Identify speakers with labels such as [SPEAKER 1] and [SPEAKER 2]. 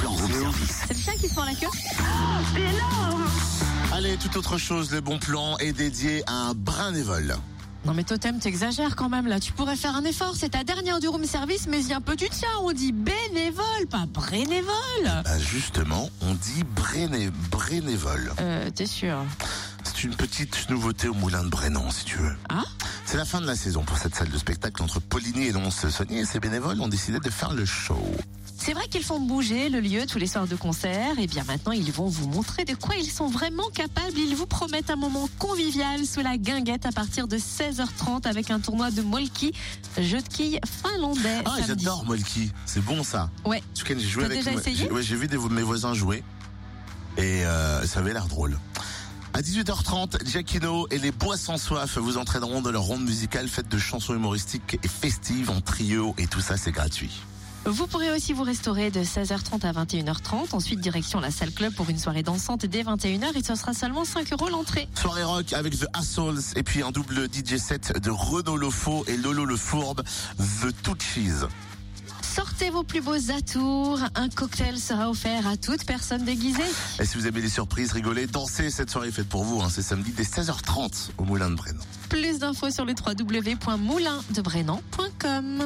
[SPEAKER 1] plan room service.
[SPEAKER 2] C'est le chien qui se mord la queue
[SPEAKER 1] Allez, toute autre chose, le bon plan est dédié à un brin névole.
[SPEAKER 2] Non mais Totem, t'exagères quand même là. Tu pourrais faire un effort. C'est ta dernière du room service, mais il y a un peu du tien. On dit bénévole, pas brénévole.
[SPEAKER 1] Bah justement, on dit bréné, brénévole.
[SPEAKER 2] Euh, t'es sûr
[SPEAKER 1] C'est une petite nouveauté au moulin de Brennan, si tu veux.
[SPEAKER 2] Ah
[SPEAKER 1] C'est la fin de la saison pour cette salle de spectacle entre Poligny et Lons. Sony et ses bénévoles ont décidé de faire le show.
[SPEAKER 2] C'est vrai qu'ils font bouger le lieu tous les soirs de concert. Et bien maintenant, ils vont vous montrer de quoi ils sont vraiment capables. Ils vous promettent un moment convivial sous la guinguette à partir de 16h30 avec un tournoi de molki, jeu de quilles finlandais.
[SPEAKER 1] Ah,
[SPEAKER 2] samedi.
[SPEAKER 1] j'adore Molki, c'est bon ça.
[SPEAKER 2] Ouais.
[SPEAKER 1] Tu connais, j'ai joué
[SPEAKER 2] T'as
[SPEAKER 1] avec
[SPEAKER 2] déjà
[SPEAKER 1] mes-
[SPEAKER 2] essayé
[SPEAKER 1] j'ai- ouais, j'ai vu des- mes voisins jouer et euh, ça avait l'air drôle. À 18h30, Giacchino et les Bois sans soif vous entraîneront dans leur ronde musicale faite de chansons humoristiques et festives en trio et tout ça c'est gratuit.
[SPEAKER 2] Vous pourrez aussi vous restaurer de 16h30 à 21h30. Ensuite, direction la salle club pour une soirée dansante dès 21h. Et ce sera seulement 5 euros l'entrée.
[SPEAKER 1] Soirée rock avec The Assholes et puis un double DJ set de Renaud Lofo et Lolo le Fourbe, The Touchies.
[SPEAKER 2] Sortez vos plus beaux atours. Un cocktail sera offert à toute personne déguisée.
[SPEAKER 1] Et si vous aimez les surprises, rigolez, dansez, cette soirée est faite pour vous, hein. c'est samedi dès 16h30 au Moulin de Brennan.
[SPEAKER 2] Plus d'infos sur le www.moulindebrennand.com.